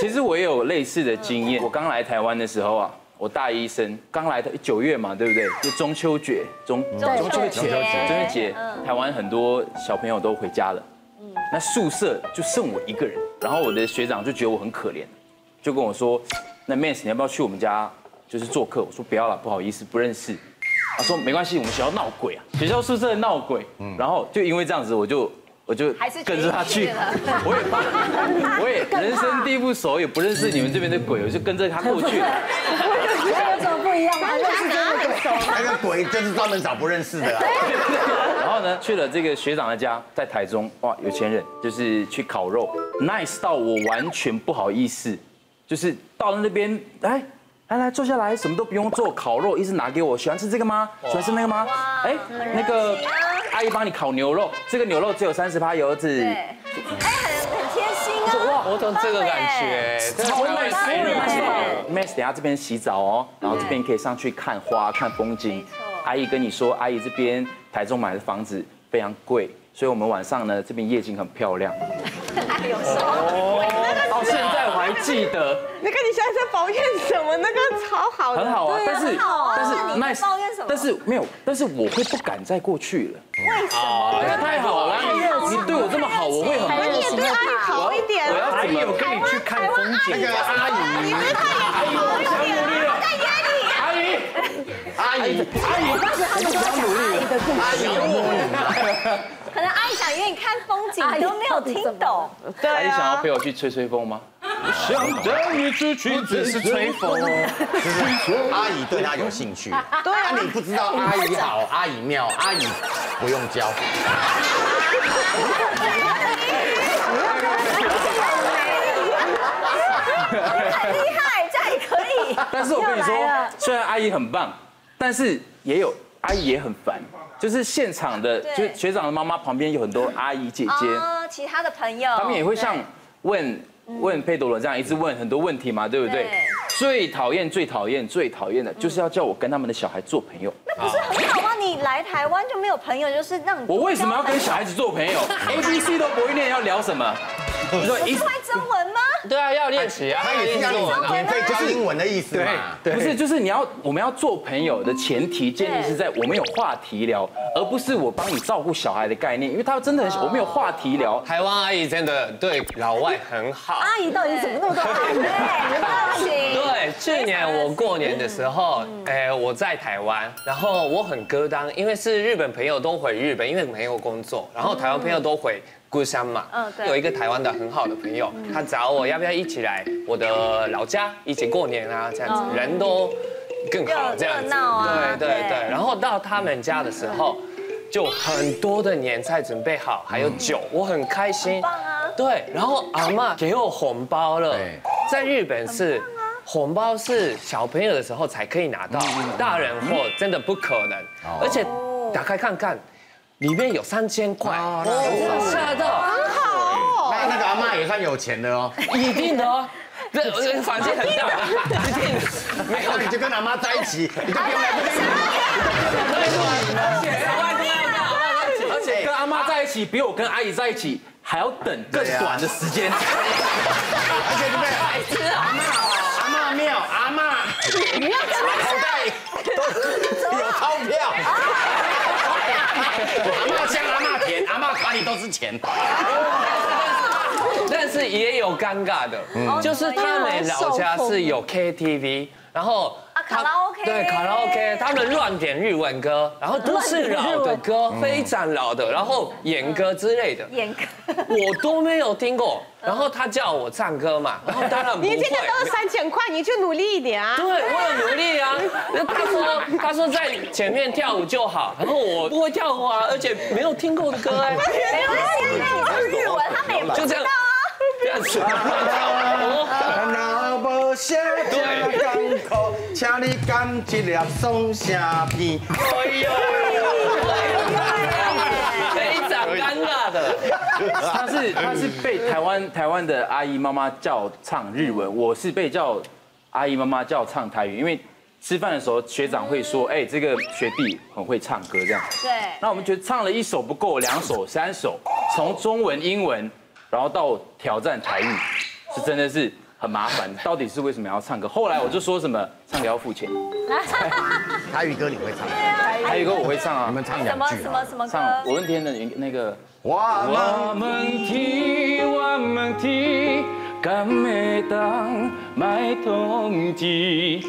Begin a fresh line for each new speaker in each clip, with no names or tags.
其实我也有类似的经
嗯
验。我刚来台湾的时候啊，我大一生刚来的九月嘛，对不对？就中秋节，中
嗯中秋节嗯
中秋节，台湾很多小朋友都回家了，那宿舍就剩我一个人。然后我的学长就觉得我很可怜，就跟我说：“那 Mans 你要不要去我们家就是做客？”我说：“不要了，不好意思，不认识。”他说：“没关系，我们学校闹鬼啊，学校宿舍闹鬼。”然后就因为这样子，我就我就
还是决定
跟着他
去
去
了，
我也怕， 我也人生地不熟，也不认识你们这边的鬼，我就跟着他过 去。
有什么不一样吗？认识真的鬼，
那个鬼就是专门找不认识的啊。
然后呢，去了这个学长的家，在台中，哇，有钱人，就是去烤肉，nice 到我完全不好意思，就是到了那边，哎，来来坐下来，什么都不用做，烤肉一直拿给我，喜欢吃这个吗？喜欢吃那个吗？哎，那个阿姨帮你烤牛肉，这个牛肉只有三十趴油脂。
哎啊
我懂这个感觉，超美
，Max，等下这边洗澡哦，然后这边可以上去看花、看风景。阿姨跟你说，阿姨这边台中买的房子非常贵，所以我们晚上呢这边夜景很漂亮。哎哦到现在我还记得，
那个你现在在抱怨什么？那个超好
很
的，
好啊。但是但是
那你在抱怨什么
但是没有，但是我会不敢再过去了。为什么？太好了，哎你你对我这么好，我会很
热
你也对阿姨好一点
我
啊。
要怎么？
跟你去看风
哎
那
景
个阿姨，
阿姨，
阿姨，
阿姨，
阿姨有目的啊，
可能阿姨想约你看风景，啊你都没有听 懂。
对
阿姨想要
啊，
陪我去吹吹风吗？
想带你出去，
不只是吹风哦，就是阿姨对她有兴趣。对啊，你不知道阿姨好，阿姨妙，阿姨不用教。
哎
很厉害，这样也可以。
但是我跟你说
又来了，
虽然阿姨很棒，但是也有阿姨也很烦，就是现场的，
对
就是学长的妈妈旁边有很多阿姨 姐姐，
哦，其他的朋友，
他们也会像问问佩德罗这样一直问很多问题嘛，对不对
对？嗯
最讨厌、最讨厌、最讨厌的就是要叫我跟他们的小孩做朋友。
那不是很好吗？你来台湾就没有朋友，就是让你
啊我为什么要跟小孩子做朋友？A、B、C 都不会念，要聊什 么？你说一
不会中文吗？
对啊，要练习啊，
她也是让你免费教英文的意思嘛。
不是，就是你要我们要做朋友的前提建立是在我们有话题聊，而不是我帮你照顾小孩的概念，因为他真的很喜我们有话题聊。
台湾阿姨真的对老外很好。
哎
阿姨到底怎么那么多阿姨？
对，不行。
对，去年我过年的时候，
嗯
哎，我在台湾，然后我很疙瘩，因为是日本朋友都回日本，因为没有工作，然后台湾朋友都回故乡嘛。
嗯对
有一个台湾的很好的朋友，他找我要不要一起来我的老家一起过年啊，这样子，人都更好
热
这样子。
嗯热闹啊
对对
对
对，然后到他们家的时候。就很多的年菜准备好，还有酒，我很开心。
嗯棒啊
对，然后阿嬷给我红包了
对。
在日本是
啊
红包是小朋友的时候才可以拿到，大人或真的不可能。而且打开看看，里面有三千块，
哦
我吓到，
那那个阿妈也算有钱的 哦，
一定的哦。这呃房间很大，一定的没有
哎那你就跟阿妈在一起，你就不用来这边。
而且跟阿妈在一起，比我跟阿姨在一起还要等更短的时间。
而且对不对？阿妈，阿妈庙，阿妈，口袋都有钞票。阿妈香，阿妈甜，阿妈卡里都是钱。
但是也有尴尬的，
哦
就是他们老家是有 KTV，然后
啊
他
卡拉 OK
对卡拉 OK，他们乱点日文歌，然后都是老的歌，非常老的，然后演歌之类的，
演歌，
我都没有听过。然后他叫我唱歌嘛，
嗯
然后当然不
你
会
一。天的都是三千块，你就努力一点啊
对，。我有努力啊。那他说，他说在前面跳舞就好，然后我不会跳舞啊，而且没有听过的歌 哎，
没关系，因为你是日文，他们也不
就这样，这样子乱跳舞。
若无小姐艰苦，请你干一粒松虾片。
哎呦，非常尴尬的。
他是他是被台湾台湾的阿姨妈妈叫唱日文，我是被叫阿姨妈妈叫唱台语，因为吃饭的时候学长会说，哎，这个学弟很会唱歌这样。
对，
那我们觉得唱了一首不够，两首、三首，从中文、英文，然后到挑战台语，是真的是很麻烦，到底是为什么要唱歌？后来我就说什么唱歌要付钱，
台语歌你会唱？
还有一个我会唱
你
啊，
们唱
什
两
么
句
什
啊。
么什么歌？
唱我问天的那个。
哇，
我们提，我们提，敢会当卖通知？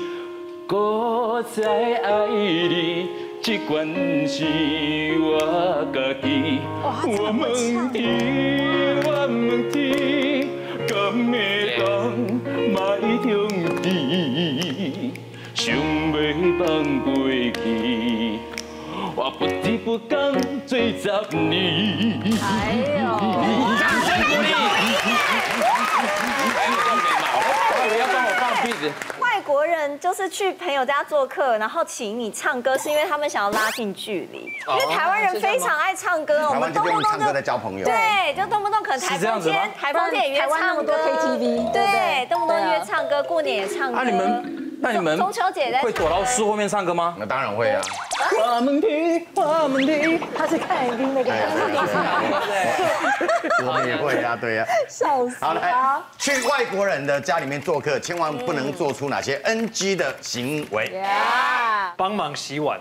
搁再爱你，这关是我家己。我们提，我们提，敢会当卖通知？想要放过去。我不知不觉做十年。
哎呦，
不要帮我放屁子，
外国人就是去朋友家做客，然后请你唱歌，是因为他们想要拉近距离。因
哦
为台湾人非常爱唱歌，我
台湾
们
就
动
不
不
用唱
动
歌来
就
交朋友。
对，就动不动可能台
是这样
风
子吗
天，台风天也约
台湾那
唱
么
歌，
多 KTV 对不
对
对，
动不动
对啊
约唱歌，过年也唱歌。
啊
那你们，那你们
中秋节在
会躲到树后面唱歌吗？
那当然会啊。
我们提，我们提，
他是看 MV 那
对
个，
我们也会啊，对呀、
笑死
好来
了。，
去外国人的家里面做客，千万不能做出哪些 NG 的行为。
帮忙洗碗，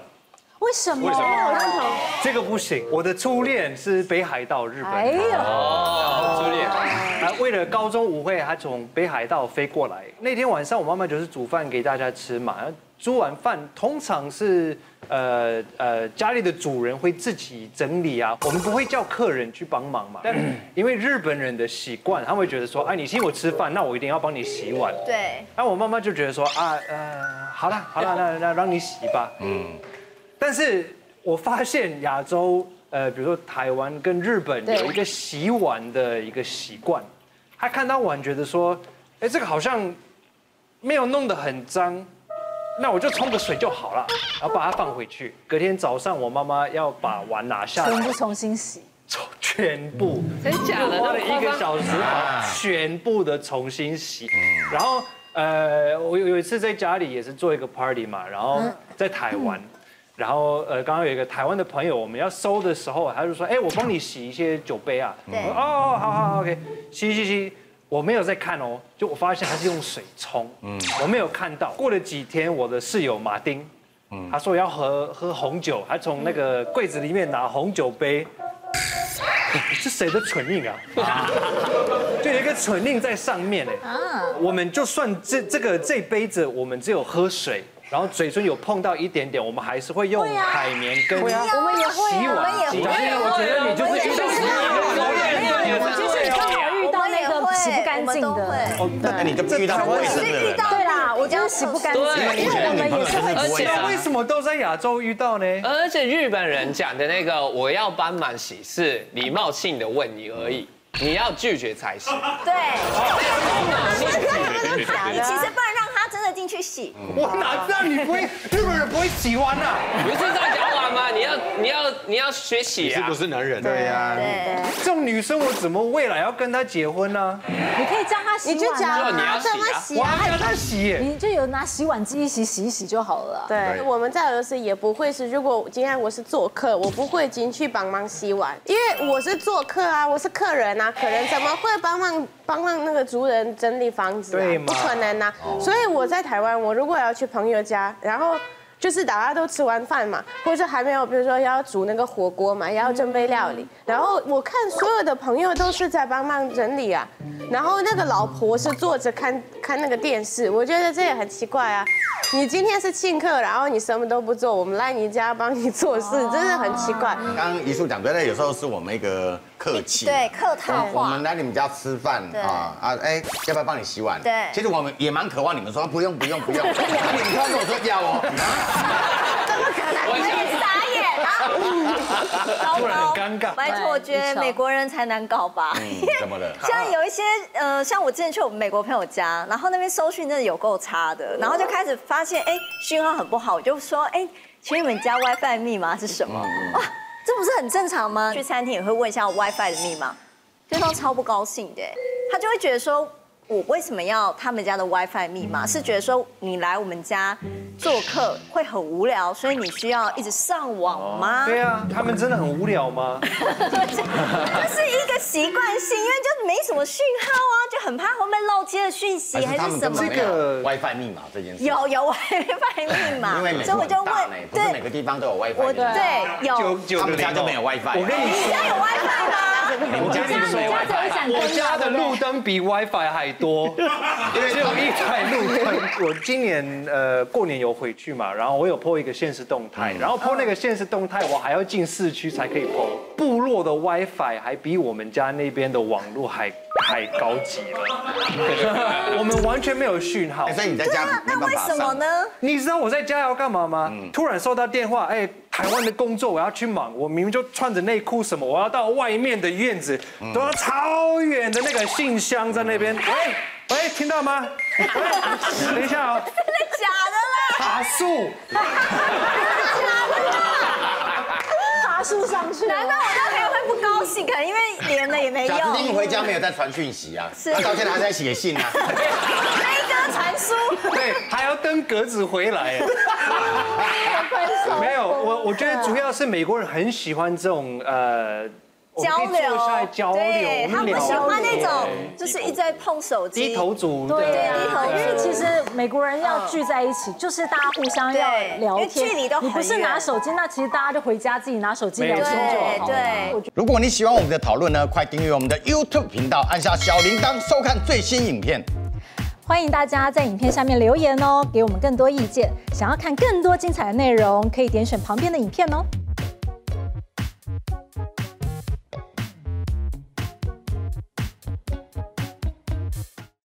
为什么？
为什么？这个不行。我的初恋是北海道日本，
哎呦，
朱丽，
啊，为了高中舞会，他从北海道飞过来。那天晚上，我妈妈就是煮饭给大家吃嘛。煮完饭通常是呃呃家里的主人会自己整理啊，我们不会叫客人去帮忙嘛。但因为日本人的习惯，他们会觉得说，哎，你请我吃饭，那我一定要帮你洗碗。
对，
然后我妈妈就觉得说啊，呃，好啦好啦，那那让你洗吧。嗯，但是我发现亚洲，呃，比如说台湾跟日本
对
有一个洗碗的一个习惯，他看到碗觉得说，哎，这个好像没有弄得很脏。那我就冲个水就好了，然后把它放回去。隔天早上，我妈妈要把碗拿下
全
来
部，重新洗，
全部
真假的？那
花了
么
一
夸
个
张？嗯
小时把全部的重新洗，然后呃，我有有一次在家里也是做一个 party 嘛，然
嗯
后在台湾，然后呃，刚刚有一个台湾的朋友，我们要收的时候，他就说，哎，我帮你洗一些酒杯啊，我
对
说哦，好好好，OK，洗洗洗。我没有在看哦，就我发现他是用水冲，嗯，我没有看到。过了几天，我的室友马丁，他说要喝喝红酒，还从那个柜子里面拿红酒杯， 是谁的唇印啊？ 就有一个唇印在上面哎。
啊
我们就算这这个这杯子，我们只有喝水，然后嘴唇有碰到一点点，我们还是会用海绵跟
我们也啊会
洗
啊。
碗机。
哎
我觉得你就是遇到
就是我就是刚好遇到那个洗不干净
我们也会
的。
那你就不遇到不卫生哦的人。
对啦，我就是洗不干净，因为我们也是会
而且啊
为什么都在亚洲遇到呢？
而且日本人讲的那个我要帮忙洗是礼貌性的问你而已，你要拒绝才 行。
对，你其实不能让他真的进去洗，
我哪知道你不会日本人不会洗碗啊？
不是在讲碗吗？你要你要你要学洗啊！
是男人？对呀、
对，
这种女生我怎么未来要跟她结婚啊呢、
你可以叫他洗碗，
你就讲
就你要
啊，
洗啊
让他洗
我
啊。
还叫她洗耶。
你就有拿洗碗机一起洗一洗就好了啊。
对，我们在俄罗斯也不会是，如果今天我是做客，我不会进去帮忙洗碗，因为我是做客啊，我是客人啊，客人怎么会帮忙帮忙那个族人整理房子、啊？
对嘛哦
不可能啊！所以我在台湾，我如果要去朋友家，然后。就是大家都吃完饭嘛，或者还没有，比如说要煮那个火锅嘛，也要准备料
嗯
理。然后我看所有的朋友都是在帮忙整理啊，然后那个老婆是坐着看看那个电视，我觉得这也很奇怪啊。你今天是请客，然后你什么都不做，我们来你家帮你做事，
啊
真的很奇怪。
刚刚怡树讲对，那有时候是我们一个客气。哦
对，客套
我
话
们，来你们家吃饭
对
啊啊！哎，要不要帮你洗碗？
对
其实我们也蛮渴望你们说不用不用不 用，那你们突然跟我说要哦，
怎么可能？我也傻 眼啊！
不然很尴尬
拜托，我觉得美国人才难搞吧？
嗯怎么了？
像有一些呃，像我之前去我美国朋友家，然后那边搜讯真的有够差的，然后就开始发现，哎，讯号很不好，我就说，哎，请你们家 WiFi 密码是什么？哇，这不是很正常吗？去餐厅也会问一下 WiFi 的密码，对方超不高兴的，他就会觉得说。我为什么要他们家的 WiFi 密码？是觉得说你来我们家做客会很无聊，所以你需要一直上网吗？
对啊，他们真的很无聊吗？
就是一个习惯性，因为就没什么讯号啊，就很怕会被漏接的讯息还
他
是
们
什
根
么
本
的
没。有 WiFi 密码这件事？，
有有 WiFi 密码
因为美，
所以
国
我就
很大
问
呢，，不是每
对，
个地方都有 WiFi
我
密码。
对有，
九
他们家就没有 WiFi。我跟啊你
你家有 WiFi 吗？
们家
你
没有
家只有一
WiFi，
盏
我
灯
家
啊，
的路灯比 WiFi 还多，因为只有一台路灯。 我今年呃过年有回去嘛，然后我有 po 一个现实动态，然后 po 那个现实动态，我还要进市区才可以 po。部落的 WiFi 还比我们家那边的网络还还高级 了，我们完全没有讯号
哎。所以你在
对
家
啊，
没
那
办
为
法
什
上
么
网。
呢？
你知道我在家要干嘛吗？突然收到电话，哎，台湾的工作我要去忙，我明明就穿着内裤什么，我要到外面的院子，都要超远的那个信箱在那边，喂喂，听到吗？喂，等一下哦，
假的
爬树，
爬树上去啊
啦！难怪我那朋友会不高兴，可能因为连了也没用。
贾斯汀回家没有在传讯息啊，
是
他到现在还在写信啊。
飞鸽传书，
对，还要登格子回 来。哎没有，我我觉得主要是美国人很喜欢这种呃。我们
交
可以
流
坐下来交流，
对他
无
们
聊
喜欢那种就是一直在碰手机，
低头族啊的，
对啊呀、
低头
因为其实美国人要聚在一起，
嗯
就是大家互相要
对
聊
因为
天，
距离都很
你不是拿手机，那其实大家就回家自己拿手机聊天就好。
对对。
如果你喜欢我们的讨论呢，快订阅我们的 YouTube 频道，按下小铃铛收看最新影片。
欢迎大家在影片下面留言哦，给我们更多意见。想要看更多精彩的内容，可以点选旁边的影片哦。